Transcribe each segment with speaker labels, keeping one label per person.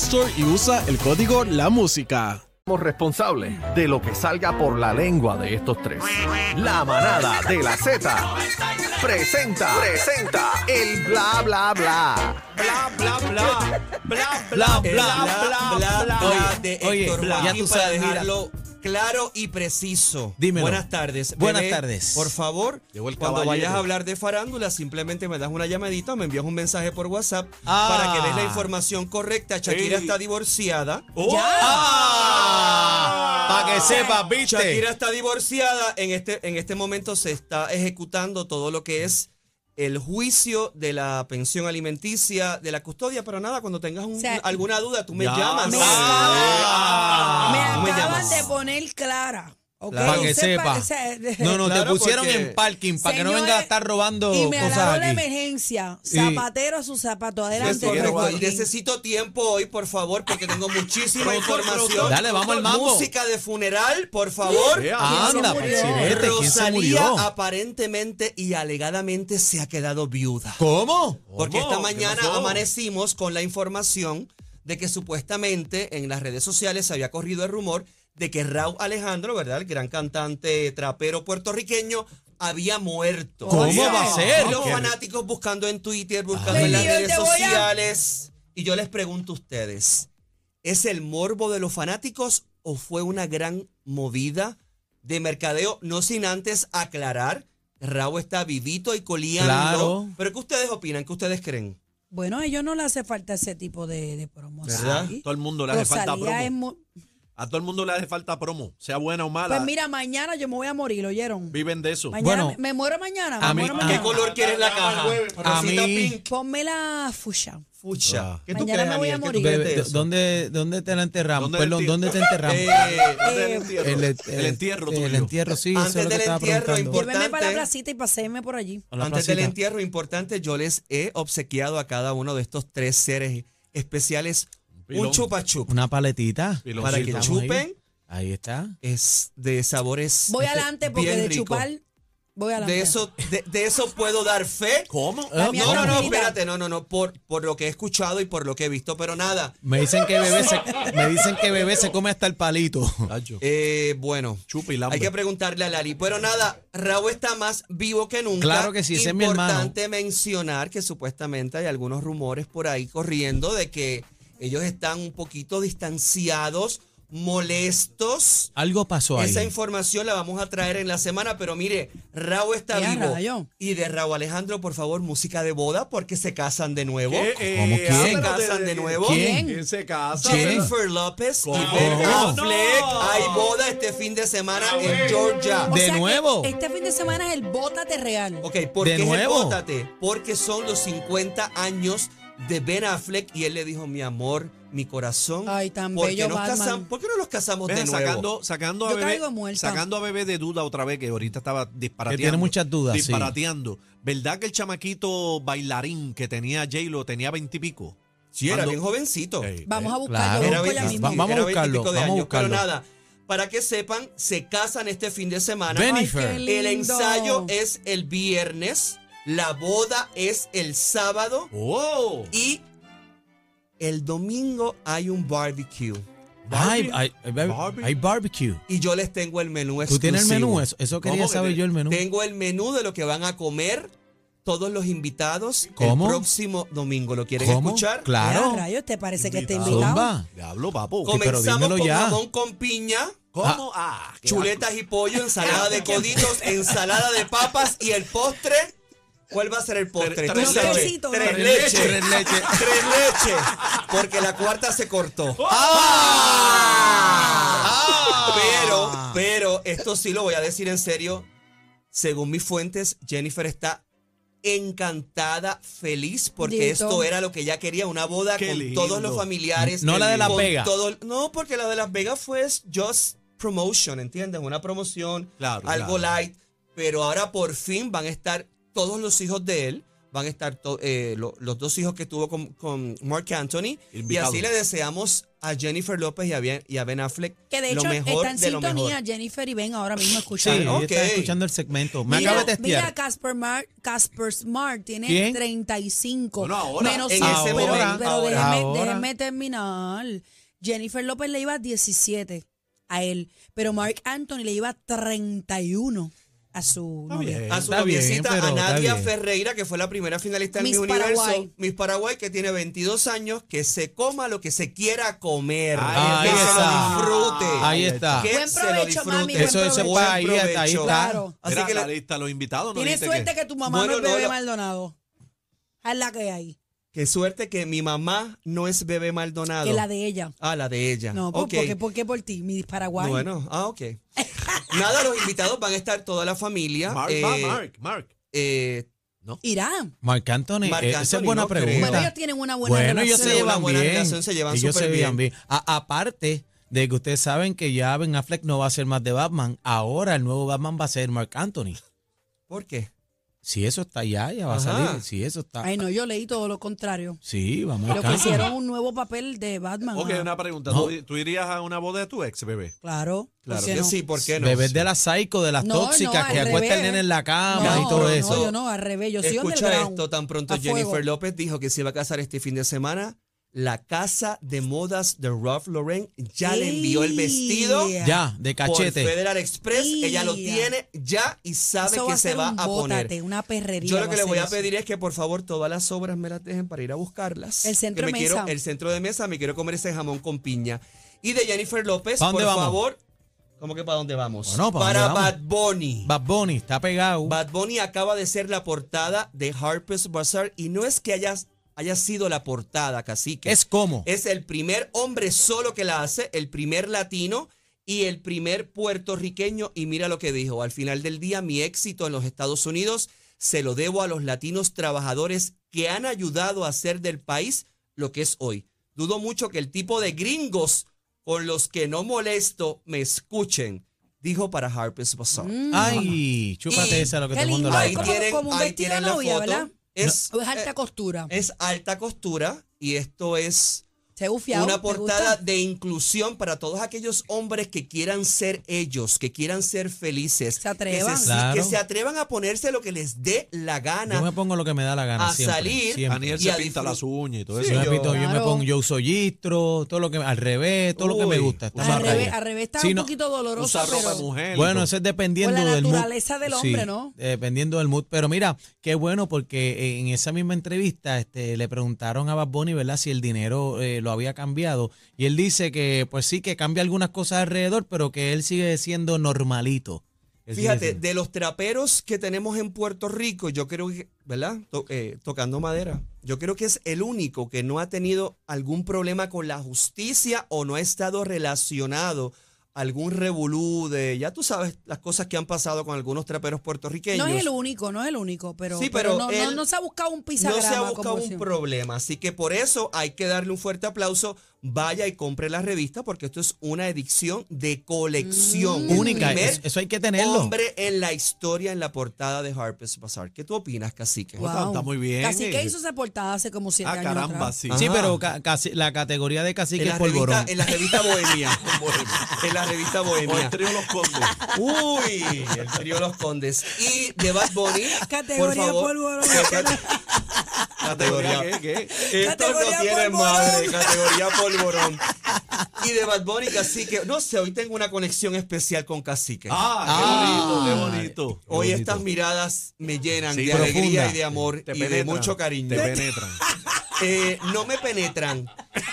Speaker 1: Store y usa el código La Música.
Speaker 2: Somos responsables de lo que salga por la lengua de estos tres. La manada de la Z presenta, presenta el bla bla bla.
Speaker 3: bla bla bla bla bla bla bla bla bla
Speaker 4: Oye,
Speaker 3: de
Speaker 4: oye,
Speaker 3: Héctor
Speaker 4: ya
Speaker 3: Joaquín
Speaker 4: tú
Speaker 3: para
Speaker 4: sabes, mira.
Speaker 3: dejarlo claro y preciso.
Speaker 4: Dímelo.
Speaker 3: Buenas tardes.
Speaker 4: Buenas
Speaker 3: Bebé,
Speaker 4: tardes.
Speaker 3: Por favor,
Speaker 5: Llegó el
Speaker 3: cuando
Speaker 5: caballero.
Speaker 3: vayas a hablar de farándula, simplemente me das una llamadita o me envías un mensaje por WhatsApp
Speaker 4: Ah.
Speaker 3: para que des la información correcta. Shakira está divorciada. Ah,
Speaker 4: Ah, Para que sepas, viste.
Speaker 3: Shakira está divorciada. En este, en este momento se está ejecutando todo lo que es el juicio de la pensión alimenticia, de la custodia, pero nada, cuando tengas un-
Speaker 6: O sea,
Speaker 3: alguna duda, tú me
Speaker 5: Ya,
Speaker 3: llamas.
Speaker 6: Me
Speaker 5: Sí.
Speaker 3: Ah. Tú
Speaker 6: acaban, me
Speaker 3: me
Speaker 6: acaban
Speaker 3: llamas.
Speaker 6: de poner clara. ¿ok?
Speaker 4: Para que sepa.
Speaker 6: o sea,
Speaker 4: No, no, te
Speaker 3: Claro,
Speaker 4: pusieron
Speaker 3: porque-
Speaker 4: en parking para que no
Speaker 6: Señores,
Speaker 4: vengas a estar robando
Speaker 6: Y me alargó
Speaker 4: cosas
Speaker 6: la
Speaker 4: aquí.
Speaker 6: emergencia.
Speaker 4: Y-
Speaker 6: Zapatero a su zapato. Adelante,
Speaker 3: Correcto.
Speaker 6: Héctor Joaquín.
Speaker 3: Necesito tiempo hoy, por favor, porque tengo muchísima información.
Speaker 4: Dale, vamos al mambo.
Speaker 3: Música de funeral, por favor.
Speaker 6: ¿Quién se
Speaker 4: Anda,
Speaker 6: murió?
Speaker 4: parcirete, ¿quién se
Speaker 3: Rosalía
Speaker 4: murió?
Speaker 3: aparentemente y alegadamente se ha quedado viuda.
Speaker 4: ¿Cómo?
Speaker 3: Porque
Speaker 5: ¿Cómo?
Speaker 3: esta
Speaker 5: ¿Qué
Speaker 3: mañana
Speaker 5: pasó?
Speaker 3: amanecimos con la información de que supuestamente en las redes sociales se había corrido el rumor de que Raúl Alejandro, ¿verdad? El gran cantante trapero puertorriqueño, había muerto.
Speaker 4: ¿Cómo
Speaker 3: Oye,
Speaker 4: va a ser?
Speaker 3: y Los fanáticos buscando en Twitter, buscando
Speaker 6: Ay,
Speaker 3: en las
Speaker 6: Dios,
Speaker 3: redes
Speaker 6: te voy a-
Speaker 3: sociales. Y yo les pregunto a ustedes, ¿es el morbo de los fanáticos o fue una gran movida de mercadeo? No sin antes aclarar, Raúl está vivito y coleando.
Speaker 4: Claro.
Speaker 3: Pero ¿qué ustedes opinan? ¿Qué ustedes creen?
Speaker 6: Bueno, a ellos no le hace falta ese tipo de, de promoción.
Speaker 3: ¿Verdad?
Speaker 6: ¿sí?
Speaker 5: Todo el mundo le hace falta
Speaker 6: Rosalía es
Speaker 5: promo.
Speaker 6: mu-
Speaker 5: A todo el mundo le hace falta promo, sea buena o mala.
Speaker 6: Pues mira, mañana yo me voy a morir, ¿oyeron?
Speaker 5: Viven de eso.
Speaker 6: Mañana,
Speaker 4: Bueno.
Speaker 6: me muero mañana.
Speaker 4: A
Speaker 6: me
Speaker 4: mí-
Speaker 6: muero
Speaker 4: Ah.
Speaker 3: ¿Qué
Speaker 6: mañana.
Speaker 3: color quieres la caja?
Speaker 4: A
Speaker 3: Rosita,
Speaker 4: mí-
Speaker 3: pink,
Speaker 6: Ponme la fucha.
Speaker 3: fucha.
Speaker 5: Ah.
Speaker 3: ¿Qué tú
Speaker 6: Mañana
Speaker 3: crees,
Speaker 6: me voy a
Speaker 3: Aniel? ¿Qué tú
Speaker 6: morir.
Speaker 3: crees de
Speaker 4: Bebé,
Speaker 3: eso?
Speaker 4: ¿dónde, ¿Dónde te la enterramos?
Speaker 5: ¿Dónde
Speaker 4: Perdón,
Speaker 5: el tío?
Speaker 4: ¿dónde te enterramos?
Speaker 3: Eh,
Speaker 5: ¿Dónde es el,
Speaker 4: El- eh,
Speaker 5: entierro? El entierro tuyo.
Speaker 4: El entierro, sí,
Speaker 3: Antes
Speaker 4: eso es lo que
Speaker 3: del
Speaker 4: estaba
Speaker 3: entierro,
Speaker 4: preguntando.
Speaker 3: importante.
Speaker 6: Llévenme para la placita y paséenme por allí.
Speaker 4: A la
Speaker 3: Antes del
Speaker 4: placita.
Speaker 3: entierro importante, yo les he obsequiado a cada uno de estos tres seres especiales un
Speaker 5: Pilón.
Speaker 3: chupa chup
Speaker 4: Una paletita.
Speaker 5: Piloncito.
Speaker 3: para que
Speaker 4: Estamos
Speaker 3: chupen.
Speaker 4: ahí. Ahí está.
Speaker 3: Es de sabores.
Speaker 4: Eh,
Speaker 3: este,
Speaker 6: Voy adelante porque
Speaker 3: bien
Speaker 6: de
Speaker 3: rico.
Speaker 6: chupar, voy adelante.
Speaker 3: De eso, de, de eso puedo dar fe.
Speaker 5: ¿Cómo?
Speaker 4: Ah,
Speaker 6: mi
Speaker 3: No, no, no,
Speaker 6: abuelita.
Speaker 3: espérate, no, no, no, por, por lo que he escuchado y por lo que he visto, pero nada.
Speaker 4: Me dicen que bebé se, me dicen que bebé se come hasta el palito.
Speaker 5: Tacho,
Speaker 3: Eh, bueno,
Speaker 5: Chupa y
Speaker 3: hay
Speaker 5: lambe.
Speaker 3: que preguntarle a Lali. Pero nada, Raúl está más vivo que nunca.
Speaker 4: Claro que sí, ese es mi hermano.
Speaker 3: Importante mencionar que supuestamente hay algunos rumores por ahí corriendo de que ellos están un poquito distanciados, molestos.
Speaker 4: Algo pasó ahí.
Speaker 3: Esa información la vamos a traer en la semana, pero mire, Raúl está
Speaker 6: Ya,
Speaker 3: vivo.
Speaker 6: rayo.
Speaker 3: Y de Raúl Alejandro, por favor, música de boda porque se casan de nuevo.
Speaker 5: ¿Qué?
Speaker 4: ¿Cómo
Speaker 5: Eh,
Speaker 4: quién?
Speaker 5: háblanos
Speaker 3: Se casan de nuevo.
Speaker 4: ¿Quién?
Speaker 5: ¿Quién se casa?
Speaker 3: Jennifer López y
Speaker 5: ¿Cómo?
Speaker 3: Ben
Speaker 4: ¿Cómo?
Speaker 3: Affleck. Hay boda este fin de semana en Georgia.
Speaker 4: Ah, De
Speaker 6: que
Speaker 4: nuevo.
Speaker 6: Este fin de semana es el bótate real.
Speaker 3: Ok, ¿por
Speaker 4: ¿De
Speaker 3: qué es el
Speaker 4: nuevo?
Speaker 3: bótate? Porque son los 50 años de Ben Affleck y él le dijo, mi amor, mi corazón.
Speaker 6: Ay, tan
Speaker 3: ¿por qué
Speaker 6: bello
Speaker 3: nos
Speaker 6: Batman.
Speaker 3: casam- ¿Por qué no los casamos
Speaker 5: Mira,
Speaker 3: de nuevo?
Speaker 5: sacando, sacando, a
Speaker 6: Yo
Speaker 5: bebé,
Speaker 6: caigo muerta.
Speaker 5: sacando a bebé de duda otra vez, que ahorita estaba disparateando.
Speaker 4: Que tiene muchas dudas, sí.
Speaker 5: Disparateando. ¿Verdad que el chamaquito bailarín que tenía J-Lo tenía veintipico?
Speaker 3: sí, era
Speaker 5: Cuando-
Speaker 3: bien jovencito.
Speaker 5: Ey,
Speaker 6: Vamos a
Speaker 5: ey.
Speaker 4: claro.
Speaker 6: buscarlo. lo busco ya
Speaker 4: Era
Speaker 6: mismo.
Speaker 4: veinticinco. Vamos a
Speaker 3: era veintipico
Speaker 4: buscarlo,
Speaker 3: de
Speaker 4: vamos a
Speaker 3: años,
Speaker 4: buscarlo.
Speaker 3: Pero nada, para que sepan, se casan este fin de semana.
Speaker 4: Ben-
Speaker 6: Ay,
Speaker 4: Jennifer.
Speaker 6: qué
Speaker 3: El
Speaker 6: lindo.
Speaker 3: ensayo es el viernes, la boda es el sábado
Speaker 5: ¡Oh!
Speaker 3: y el domingo hay un barbecue.
Speaker 4: Ay, ay, ay, ay,
Speaker 5: Barbie.
Speaker 4: hay barbecue.
Speaker 3: Y yo les tengo el menú
Speaker 4: ¿Tú
Speaker 3: exclusivo.
Speaker 4: tienes el menú? Eso, eso
Speaker 5: ¿Cómo
Speaker 4: quería
Speaker 5: que
Speaker 4: saber
Speaker 5: tiene?
Speaker 4: yo el menú.
Speaker 3: Tengo el menú de lo que van a comer todos los invitados
Speaker 4: ¿Cómo?
Speaker 3: el próximo domingo. ¿Lo quieren
Speaker 4: ¿Cómo?
Speaker 3: escuchar?
Speaker 6: Claro.
Speaker 4: Claro.
Speaker 6: rayos, ¿te parece que está invitado?
Speaker 4: Zumba.
Speaker 5: Diablo, papo.
Speaker 4: Come- pero
Speaker 3: Comenzamos
Speaker 4: dímelo
Speaker 3: con
Speaker 4: ya.
Speaker 3: jamón con piña.
Speaker 5: ¿Cómo? Ah, qué
Speaker 3: Chuletas y pollo, ensalada de coditos, ensalada de papas y el postre. ¿Cuál va a ser el postre?
Speaker 5: Tres-
Speaker 3: Tú
Speaker 5: tres
Speaker 3: sabes.
Speaker 6: leches.
Speaker 3: Tres
Speaker 6: Tres
Speaker 3: leches.
Speaker 5: leches. Tres leches.
Speaker 3: Tres leches. Porque la cuarta se cortó.
Speaker 5: ¡Ah!
Speaker 3: Ah. Pero, pero, esto sí lo voy a decir en serio. Según mis fuentes, Jennifer está encantada, feliz, porque
Speaker 6: Dito.
Speaker 3: esto era lo que ella quería, una boda
Speaker 5: Qué
Speaker 3: con
Speaker 5: lindo.
Speaker 3: todos los familiares.
Speaker 4: No la de Las
Speaker 3: con
Speaker 4: Vegas.
Speaker 3: todo- no, porque la de Las Vegas fue just promotion, ¿entiendes? Una promoción,
Speaker 5: Claro,
Speaker 3: algo
Speaker 5: claro.
Speaker 3: light, pero ahora por fin van a estar todos los hijos de él, van a estar to- eh, lo- los dos hijos que tuvo con, con Mark Anthony,
Speaker 5: Invitados.
Speaker 3: y así le deseamos a Jennifer López y a Ben, y a Ben Affleck
Speaker 6: Que de
Speaker 3: lo
Speaker 6: hecho
Speaker 3: mejor
Speaker 6: está en
Speaker 3: de lo mejor.
Speaker 6: sintonía Jennifer y Ben ahora mismo
Speaker 4: Sí, Oh,
Speaker 6: escuchando.
Speaker 3: ok.
Speaker 4: está escuchando el segmento. Me
Speaker 6: Mira,
Speaker 4: acaba de
Speaker 6: mira,
Speaker 4: testear.
Speaker 6: Casper, Mar- Casper Smart tiene
Speaker 4: ¿Quién?
Speaker 6: 35.
Speaker 5: Bueno, ahora,
Speaker 6: menos
Speaker 3: en
Speaker 6: cinco,
Speaker 3: ese
Speaker 6: pero-
Speaker 3: momento,
Speaker 6: Pero
Speaker 3: ahora.
Speaker 6: déjeme,
Speaker 4: Ahora.
Speaker 6: déjeme terminar. Jennifer López le iba 17 a él, pero Mark Anthony le iba 31 a su novia.
Speaker 4: bien.
Speaker 3: A su
Speaker 4: Está bien,
Speaker 3: noviecita,
Speaker 4: pero
Speaker 3: a
Speaker 4: está
Speaker 3: Nadia
Speaker 4: bien.
Speaker 3: Ferreira, que fue la primera finalista en mi
Speaker 6: Miss
Speaker 3: universo.
Speaker 6: Paraguay.
Speaker 3: Miss Paraguay, que tiene 22 años, que se coma lo que se quiera comer.
Speaker 5: Ahí
Speaker 3: que
Speaker 4: está.
Speaker 3: se lo disfrute.
Speaker 4: Ahí está.
Speaker 3: Que
Speaker 6: Buen
Speaker 3: se
Speaker 6: provecho,
Speaker 3: lo disfrute.
Speaker 6: mami, buen
Speaker 4: Eso, eso es
Speaker 6: provecho.
Speaker 4: para ahí, hasta ahí
Speaker 3: provecho.
Speaker 4: está.
Speaker 6: Claro.
Speaker 3: Así
Speaker 5: Así
Speaker 3: que la-
Speaker 5: la lista, los invitados. ¿no
Speaker 6: Tienes
Speaker 5: viste
Speaker 6: suerte que, tu mamá
Speaker 3: Bueno,
Speaker 6: no es
Speaker 3: no,
Speaker 6: bebé
Speaker 3: la-
Speaker 6: Maldonado. Es la que hay,
Speaker 3: Qué suerte que mi mamá no es bebé Maldonado.
Speaker 6: que la de ella.
Speaker 3: Ah, la de ella.
Speaker 6: No, ¿por-
Speaker 3: Ok.
Speaker 6: porque, porque por ti, mi Paraguay.
Speaker 3: Bueno, ah, ok. Nada, los invitados van a estar toda la familia.
Speaker 5: Mark,
Speaker 3: Eh,
Speaker 5: va, Mark, Mark.
Speaker 3: eh,
Speaker 6: Irán.
Speaker 4: Marc Anthony,
Speaker 3: Marc
Speaker 4: eh, esa
Speaker 3: Anthony,
Speaker 4: es buena
Speaker 3: no creo.
Speaker 4: pregunta.
Speaker 6: Bueno, ellos tienen una buena
Speaker 4: Bueno, ellos
Speaker 6: relación.
Speaker 4: se
Speaker 3: Una
Speaker 4: llevan
Speaker 3: buena
Speaker 4: bien.
Speaker 3: relación, se llevan
Speaker 4: ellos se
Speaker 3: súper
Speaker 4: llevan bien. A- aparte de que ustedes saben que ya Ben Affleck no va a ser más de Batman, ahora el nuevo Batman va a ser Mark Anthony.
Speaker 3: ¿Por qué?
Speaker 4: Si eso está ya, ya va
Speaker 3: Ajá.
Speaker 4: a salir. Si eso está.
Speaker 6: Ay, no, yo leí todo lo contrario.
Speaker 4: Sí, vamos
Speaker 6: Lo
Speaker 4: a
Speaker 6: que hicieron un nuevo papel de Batman.
Speaker 5: Ok,
Speaker 6: ah.
Speaker 5: una pregunta.
Speaker 4: No.
Speaker 5: ¿Tú, tú irías a una boda de tu ex, bebé?
Speaker 6: Claro.
Speaker 3: Claro que
Speaker 6: ¿por qué Pues no?
Speaker 3: sí, ¿por qué no?
Speaker 4: Bebés de las psycho, de las
Speaker 6: No,
Speaker 4: tóxicas,
Speaker 6: no,
Speaker 4: que
Speaker 6: al
Speaker 4: acuesta el
Speaker 6: revés.
Speaker 4: nene en la cama
Speaker 6: No,
Speaker 4: y todo
Speaker 6: no,
Speaker 4: eso.
Speaker 6: yo no, al revés, yo soy
Speaker 3: Escucha
Speaker 6: underground,
Speaker 3: esto, tan pronto
Speaker 6: a fuego.
Speaker 3: Jennifer López dijo que se iba a casar este fin de semana. La casa de modas de Ralph Lauren ya le envió el vestido
Speaker 6: Yeah.
Speaker 4: Ya, de
Speaker 3: por
Speaker 4: cachete.
Speaker 3: Federal Express. Ella lo
Speaker 6: Ia.
Speaker 3: tiene ya y sabe
Speaker 6: Eso
Speaker 3: que
Speaker 6: va a
Speaker 3: se
Speaker 6: ser
Speaker 3: va
Speaker 6: un
Speaker 3: a poner.
Speaker 6: bótate, una perrería.
Speaker 3: Yo
Speaker 6: va
Speaker 3: lo que le voy a
Speaker 6: ser
Speaker 3: pedir es que por favor todas las obras me las dejen para ir a buscarlas.
Speaker 6: El centro
Speaker 3: Que me
Speaker 6: de mesa.
Speaker 3: quiero- el centro de mesa, me quiero comer ese jamón con piña. Y de Jennifer López,
Speaker 4: ¿Pa' dónde
Speaker 3: por
Speaker 4: vamos?
Speaker 3: favor. ¿Cómo que para dónde vamos?
Speaker 4: Bueno, ¿pa' dónde
Speaker 3: para
Speaker 4: vamos?
Speaker 3: Bad Bunny.
Speaker 4: Bad Bunny está pegado.
Speaker 3: Bad Bunny acaba de ser la portada de Harper's Bazaar y no es que haya, haya sido la portada, cacique.
Speaker 4: es como.
Speaker 3: Es el primer hombre solo que la hace, el primer latino y el primer puertorriqueño. Y mira lo que dijo, al final del día mi éxito en los Estados Unidos se lo debo a los latinos trabajadores que han ayudado a hacer del país lo que es hoy. Dudo mucho que el tipo de gringos con los que no molesto me escuchen, dijo para Harper's Bazaar.
Speaker 4: Ay,
Speaker 3: Y-
Speaker 4: chúpate esa lo que
Speaker 6: qué
Speaker 4: todo el mundo
Speaker 6: lindo,
Speaker 4: la
Speaker 3: Ahí
Speaker 6: es Mm.
Speaker 3: tienen,
Speaker 4: otra.
Speaker 6: como- un
Speaker 3: ahí
Speaker 6: vestido
Speaker 3: tienen
Speaker 6: de
Speaker 3: la
Speaker 6: novia,
Speaker 3: foto.
Speaker 6: ¿verdad?
Speaker 3: Es,
Speaker 6: Es alta
Speaker 3: eh,
Speaker 6: costura.
Speaker 3: es alta costura y esto es
Speaker 6: Se ufiado,
Speaker 3: una
Speaker 6: ¿te
Speaker 3: portada
Speaker 6: gusta?
Speaker 3: de inclusión para todos aquellos hombres que quieran ser ellos, que quieran ser felices.
Speaker 6: Se atrevan.
Speaker 3: Que se,
Speaker 4: Claro.
Speaker 3: que se atrevan a ponerse lo que les dé la
Speaker 4: Yo me
Speaker 3: gana.
Speaker 4: pongo lo que me da la gana.
Speaker 3: A
Speaker 4: siempre,
Speaker 3: salir
Speaker 4: siempre.
Speaker 5: Daniel
Speaker 3: Y
Speaker 5: se
Speaker 3: a
Speaker 5: pinta
Speaker 3: disfrut-
Speaker 5: las uñas y todo
Speaker 3: Sí,
Speaker 5: eso.
Speaker 4: Yo, me
Speaker 3: yo-
Speaker 4: pinto, yo me
Speaker 6: Claro.
Speaker 4: pongo yo uso gistro, todo lo que al revés, todo lo que
Speaker 5: Uy,
Speaker 4: me gusta. Está
Speaker 6: Al
Speaker 4: más
Speaker 6: revés,
Speaker 4: rayado.
Speaker 6: al revés está
Speaker 4: Sí,
Speaker 6: un
Speaker 4: no,
Speaker 6: poquito doloroso,
Speaker 5: Usa ropa de
Speaker 6: pero
Speaker 5: mujer. y
Speaker 4: Bueno,
Speaker 5: todo.
Speaker 4: eso es dependiendo
Speaker 6: Por la
Speaker 4: del mood.
Speaker 6: naturaleza del hombre, ¿no?
Speaker 4: Dependiendo del mood. Pero mira, qué bueno porque en esa misma entrevista este, le preguntaron a Bad Bunny, ¿verdad? Si el dinero eh, lo había cambiado. Y él dice que, pues sí, que cambia algunas cosas alrededor, pero que él sigue siendo normalito. Él sigue
Speaker 3: Fíjate,
Speaker 4: siendo-
Speaker 3: de los traperos que tenemos en Puerto Rico, yo creo que, ¿verdad? To- eh, tocando madera. Yo creo que es el único que no ha tenido algún problema con la justicia o no ha estado relacionado a algún revolú de, ya tú sabes, las cosas que han pasado con algunos traperos puertorriqueños.
Speaker 6: no es el único, no es el único, pero,
Speaker 3: Sí,
Speaker 6: pero
Speaker 3: pero
Speaker 6: no, no-
Speaker 3: él-
Speaker 6: no se ha buscado un
Speaker 3: no
Speaker 6: pisagrama.
Speaker 3: se ha buscado
Speaker 6: como
Speaker 3: un
Speaker 6: decimos.
Speaker 3: problema. Así que por eso hay que darle un fuerte aplauso. Vaya y compre la revista porque esto es una edición de colección.
Speaker 6: Mm.
Speaker 3: El
Speaker 4: única.
Speaker 3: primer
Speaker 4: es- eso hay que tenerlo.
Speaker 3: hombre en la historia en la portada de Harper's Bazaar. ¿Qué tú opinas, Cacique?
Speaker 5: Wow. Está- está muy bien,
Speaker 6: Casi que
Speaker 5: eh.
Speaker 6: hizo esa portada hace como siete
Speaker 5: Ah,
Speaker 6: años.
Speaker 5: caramba,
Speaker 6: atrás.
Speaker 5: sí.
Speaker 4: Sí,
Speaker 3: Ajá.
Speaker 4: pero ca- casi- la categoría de casi
Speaker 3: En
Speaker 4: que es
Speaker 3: la, revista,
Speaker 4: polvorón.
Speaker 3: en la revista Bohemia. en la revista
Speaker 5: O el
Speaker 3: Bohemia.
Speaker 5: trío Los Condes.
Speaker 3: Uy, el trío Los Condes. Y de Bad Bunny. por
Speaker 6: Categoría
Speaker 3: favor,
Speaker 6: polvorón.
Speaker 5: ¿Categoría qué? qué?
Speaker 3: Esto no
Speaker 6: Categoría
Speaker 3: tiene
Speaker 6: polvorón.
Speaker 3: madre, categoría polvorón. Y de Bad Bunny, Cacique. No sé, hoy tengo una conexión especial con Cacique.
Speaker 5: Ah, qué
Speaker 4: Ah.
Speaker 5: bonito, qué bonito.
Speaker 3: hoy
Speaker 4: bonito.
Speaker 3: estas miradas me llenan
Speaker 5: Sí,
Speaker 3: de
Speaker 5: profunda.
Speaker 3: alegría y de amor
Speaker 5: Te
Speaker 3: y de
Speaker 5: penetran,
Speaker 3: mucho cariño.
Speaker 5: Te penetran.
Speaker 3: Eh, no me penetran,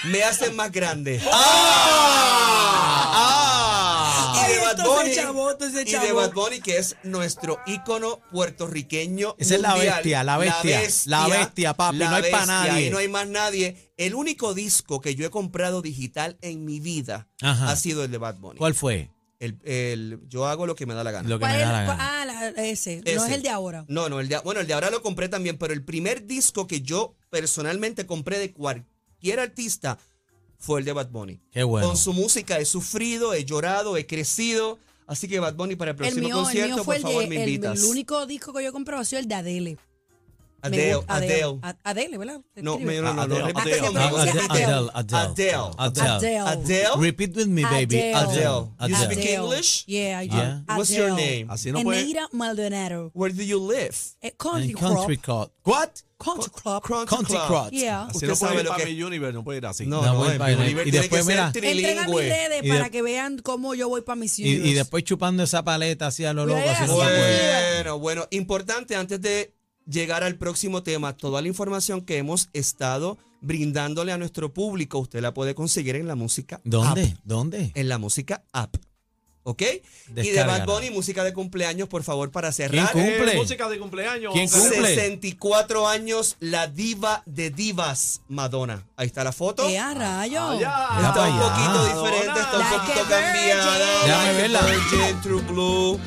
Speaker 3: me hacen más grande.
Speaker 4: Ah.
Speaker 3: Ah. Y de
Speaker 6: Ay,
Speaker 3: Bad
Speaker 6: entonces
Speaker 3: Bunny,
Speaker 6: chavó, entonces
Speaker 3: y de
Speaker 6: chavó.
Speaker 3: Bad Bunny, que es nuestro ícono puertorriqueño.
Speaker 4: Esa es la
Speaker 3: mundial.
Speaker 4: bestia, la bestia, la bestia, papi,
Speaker 3: la
Speaker 4: no hay pa'
Speaker 3: bestia,
Speaker 4: nadie.
Speaker 3: y no hay más nadie. El único disco que yo he comprado digital en mi vida
Speaker 4: Ajá.
Speaker 3: ha sido el de Bad Bunny.
Speaker 4: ¿Cuál fue?
Speaker 3: El, el- yo hago lo que me da la gana.
Speaker 4: Lo que
Speaker 6: ¿Cuál
Speaker 4: me
Speaker 6: es-
Speaker 4: da la
Speaker 6: cuál-
Speaker 4: gana.
Speaker 6: ah, la- ese. No
Speaker 3: Ese.
Speaker 6: es el de ahora.
Speaker 3: No, no, el de, bueno, el de ahora lo compré también, pero el primer disco que yo personalmente compré de cualquier artista fue el de Bad Bunny.
Speaker 4: Qué bueno.
Speaker 3: Con su música he sufrido, he llorado, he crecido. Así que Bad Bunny para el
Speaker 6: El
Speaker 3: próximo
Speaker 6: mío, el
Speaker 3: concierto,
Speaker 6: mío
Speaker 3: por
Speaker 6: fue el,
Speaker 3: favor,
Speaker 6: de,
Speaker 3: me
Speaker 6: el-
Speaker 3: invitas.
Speaker 6: el único disco que yo compré ha sido el de Adele. Me
Speaker 3: Adele,
Speaker 6: gusta-
Speaker 3: Adele.
Speaker 6: A- Adele, ¿verdad? Se
Speaker 3: No,
Speaker 6: escribe.
Speaker 3: me- no, no, no,
Speaker 5: Adele,
Speaker 3: repite
Speaker 5: Adele.
Speaker 3: conmigo,
Speaker 6: Ah,
Speaker 3: repite.
Speaker 6: Adele,
Speaker 3: Adele.
Speaker 4: Adele.
Speaker 6: Adele.
Speaker 3: Adele.
Speaker 4: Repeat with me, baby.
Speaker 3: Adele. You
Speaker 4: Adele.
Speaker 3: speak English?
Speaker 6: Yeah, I do.
Speaker 4: Yeah.
Speaker 3: What's your name?
Speaker 5: Así no puede.
Speaker 6: Eneira Maldonado.
Speaker 3: Where do you live?
Speaker 6: Eh, Country,
Speaker 4: And country
Speaker 6: Club.
Speaker 4: club. What?
Speaker 6: Country Club.
Speaker 4: Country club.
Speaker 6: Yeah.
Speaker 5: Así
Speaker 3: Usted
Speaker 5: no puede
Speaker 3: sabe
Speaker 5: ir
Speaker 3: lo
Speaker 5: para
Speaker 3: que-
Speaker 5: mi Universe, no puede ir así.
Speaker 3: No,
Speaker 4: No,
Speaker 3: no,
Speaker 4: voy
Speaker 3: en
Speaker 4: para allá.
Speaker 3: Univer
Speaker 4: Y
Speaker 3: tiene
Speaker 4: después,
Speaker 3: que ser
Speaker 4: mira,
Speaker 6: Entren a mis
Speaker 3: trilingüe.
Speaker 6: redes
Speaker 4: Y
Speaker 6: para
Speaker 4: de-
Speaker 6: que vean cómo yo voy para mis
Speaker 4: Y, y
Speaker 6: Universe.
Speaker 4: después chupando esa paleta así a lo loco. así no se
Speaker 6: Bueno.
Speaker 4: puede.
Speaker 3: Bueno, bueno, importante antes de llegar al próximo tema, toda la información que hemos estado brindándole a nuestro público, usted la puede conseguir en la música
Speaker 4: ¿Dónde?
Speaker 3: app.
Speaker 4: ¿Dónde?
Speaker 3: En la música app. ¿Ok? Y de
Speaker 4: Descárgala.
Speaker 3: Bad Bunny, música de cumpleaños, por favor, para cerrar.
Speaker 4: ¿Quién
Speaker 5: Eh,
Speaker 4: cumple?
Speaker 5: música de cumpleaños.
Speaker 4: ¿Quién
Speaker 5: Once-
Speaker 4: cumple?
Speaker 3: 64 años, la diva de divas, Madonna. Ahí está la foto.
Speaker 6: ¡Qué a rayo!
Speaker 3: Ah,
Speaker 5: Allá.
Speaker 4: Ya
Speaker 3: Está un
Speaker 4: pa' allá.
Speaker 3: poquito diferente, está un
Speaker 6: Like
Speaker 3: poquito
Speaker 6: a virgin.
Speaker 3: cambiada.
Speaker 4: Déjame
Speaker 3: Like a
Speaker 4: verla.
Speaker 3: virgin, True Blue.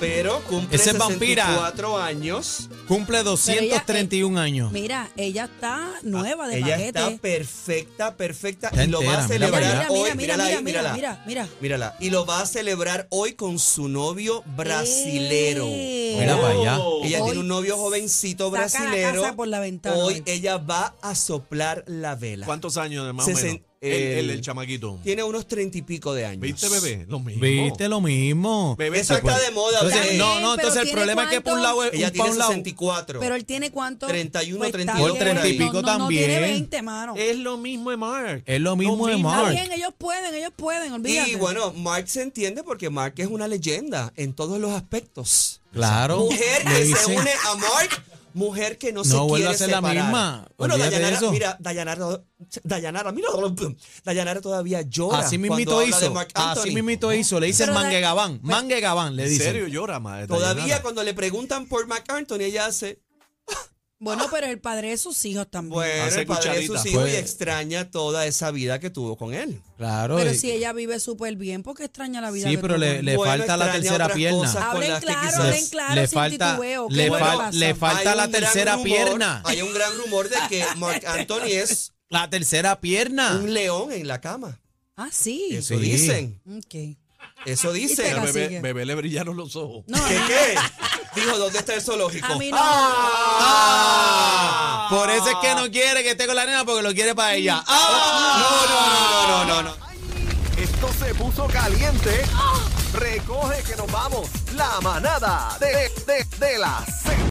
Speaker 3: Pero cumple
Speaker 4: Esa es vampira.
Speaker 3: 64 años.
Speaker 4: Cumple 231 años.
Speaker 6: Mira, ella está nueva de
Speaker 3: Ella
Speaker 6: paquete.
Speaker 3: está perfecta, perfecta.
Speaker 4: Está
Speaker 3: y lo va a
Speaker 4: entera, mira
Speaker 3: celebrar
Speaker 4: para
Speaker 6: mira, mira,
Speaker 3: hoy.
Speaker 6: mira, mira,
Speaker 3: mírala
Speaker 6: mira,
Speaker 3: ahí,
Speaker 6: mira,
Speaker 3: mírala.
Speaker 6: mira, mira.
Speaker 3: Mírala. Y lo va a celebrar hoy con su novio brasilero. Oh.
Speaker 6: ¡Eh!
Speaker 4: Mira para allá.
Speaker 3: Ella
Speaker 6: Hoy
Speaker 3: tiene un novio jovencito
Speaker 6: saca la casa
Speaker 3: brasilero.
Speaker 6: por la ventana
Speaker 3: Hoy
Speaker 6: hoy.
Speaker 3: ella va a soplar la vela.
Speaker 5: ¿Cuántos años de más o
Speaker 3: Sesen-
Speaker 5: menos? El, el,
Speaker 3: el-
Speaker 5: el chamaquito.
Speaker 3: Tiene unos treinta y pico de años.
Speaker 5: ¿Viste, bebé? Lo mismo.
Speaker 4: Viste lo mismo.
Speaker 5: Bebé
Speaker 3: Eso
Speaker 5: se
Speaker 3: está
Speaker 5: puede-
Speaker 3: de moda.
Speaker 4: Entonces,
Speaker 3: bebé.
Speaker 4: no, no,
Speaker 6: Pero
Speaker 4: entonces el
Speaker 6: tiene
Speaker 4: problema es que por un
Speaker 6: cuánto-
Speaker 4: lado es
Speaker 3: Ella
Speaker 4: un pa'
Speaker 3: tiene
Speaker 4: un lado.
Speaker 3: 64.
Speaker 6: Pero él tiene cuánto?
Speaker 3: 31,
Speaker 6: Pues está
Speaker 3: 32,
Speaker 6: bien,
Speaker 4: 30 y
Speaker 6: no-
Speaker 4: pico
Speaker 6: no- No tiene
Speaker 4: también. Eh,
Speaker 6: 20, mano.
Speaker 5: Es lo mismo de Mark.
Speaker 4: Es lo mismo de
Speaker 6: Está
Speaker 4: Mark.
Speaker 6: bien, ellos pueden, ellos pueden, olvídate.
Speaker 3: y bueno, Mark se entiende porque Mark es una leyenda en todos los aspectos.
Speaker 4: Claro.
Speaker 3: Mujer
Speaker 4: le
Speaker 3: que se
Speaker 4: dicen-
Speaker 3: une a Mark, mujer que no, se
Speaker 4: No
Speaker 3: quiere
Speaker 4: vuelve a ser la
Speaker 3: separar.
Speaker 4: misma.
Speaker 3: Bueno,
Speaker 4: Olvídate de
Speaker 3: Dayanara,
Speaker 4: eso.
Speaker 3: mira, Dayanara, Dayanara, mira, Dayanara todavía llora.
Speaker 4: Así
Speaker 3: cuando
Speaker 4: mismito
Speaker 3: habla de
Speaker 4: hizo.
Speaker 3: Marc Anthony.
Speaker 4: Así mismito hizo. Le dicen
Speaker 6: Pero da-
Speaker 4: Manguegabán. Manguegabán le
Speaker 5: En
Speaker 4: dicen.
Speaker 5: serio llora, madre.
Speaker 3: Todavía
Speaker 5: Dayanara.
Speaker 3: cuando le preguntan por Mark Anthony, ella hace,
Speaker 6: Bueno, pero el padre de sus hijos también.
Speaker 3: bueno,
Speaker 5: Hace
Speaker 3: el padre de sus
Speaker 5: cucharita.
Speaker 3: hijos y
Speaker 4: Pues-
Speaker 3: extraña toda esa vida que tuvo con él.
Speaker 4: Claro.
Speaker 6: pero
Speaker 4: y-
Speaker 6: si ella vive súper bien, porque extraña la vida.
Speaker 4: Sí,
Speaker 6: que
Speaker 4: pero
Speaker 6: tuvo.
Speaker 4: le- le- falta la
Speaker 3: extraña
Speaker 4: tercera
Speaker 3: otras
Speaker 4: pierna.
Speaker 3: cosas con
Speaker 6: Hablen
Speaker 3: las que
Speaker 6: claro,
Speaker 3: quizás-
Speaker 6: hablen claro,
Speaker 4: le
Speaker 6: sin
Speaker 4: falta,
Speaker 6: titubeo, ¿qué
Speaker 4: le,
Speaker 6: bueno
Speaker 4: fal-
Speaker 6: pasa?
Speaker 4: le falta
Speaker 3: Hay
Speaker 4: la
Speaker 3: un gran
Speaker 4: tercera
Speaker 3: rumor-
Speaker 4: pierna.
Speaker 3: Hay un gran rumor de que Mark Anthony es
Speaker 4: La tercera pierna.
Speaker 3: un león en la cama.
Speaker 6: Ah, sí.
Speaker 3: Eso
Speaker 4: Sí.
Speaker 3: dicen.
Speaker 6: Ok.
Speaker 3: Eso
Speaker 6: te
Speaker 3: dicen.
Speaker 6: la-
Speaker 5: Al bebé,
Speaker 6: sigue.
Speaker 5: bebé le brillaron los ojos.
Speaker 6: No,
Speaker 3: ¿Qué qué? Dijo, ¿dónde está el zoológico?
Speaker 6: a mí no.
Speaker 4: ¡Ah! Por eso es que no quiere que esté con la nena porque lo quiere
Speaker 6: Mm.
Speaker 4: para ella. ¡Ah!
Speaker 3: Oh, No, no, no, no, no.
Speaker 2: Esto se puso caliente. Recoge que nos vamos. La manada de, de, de la Z.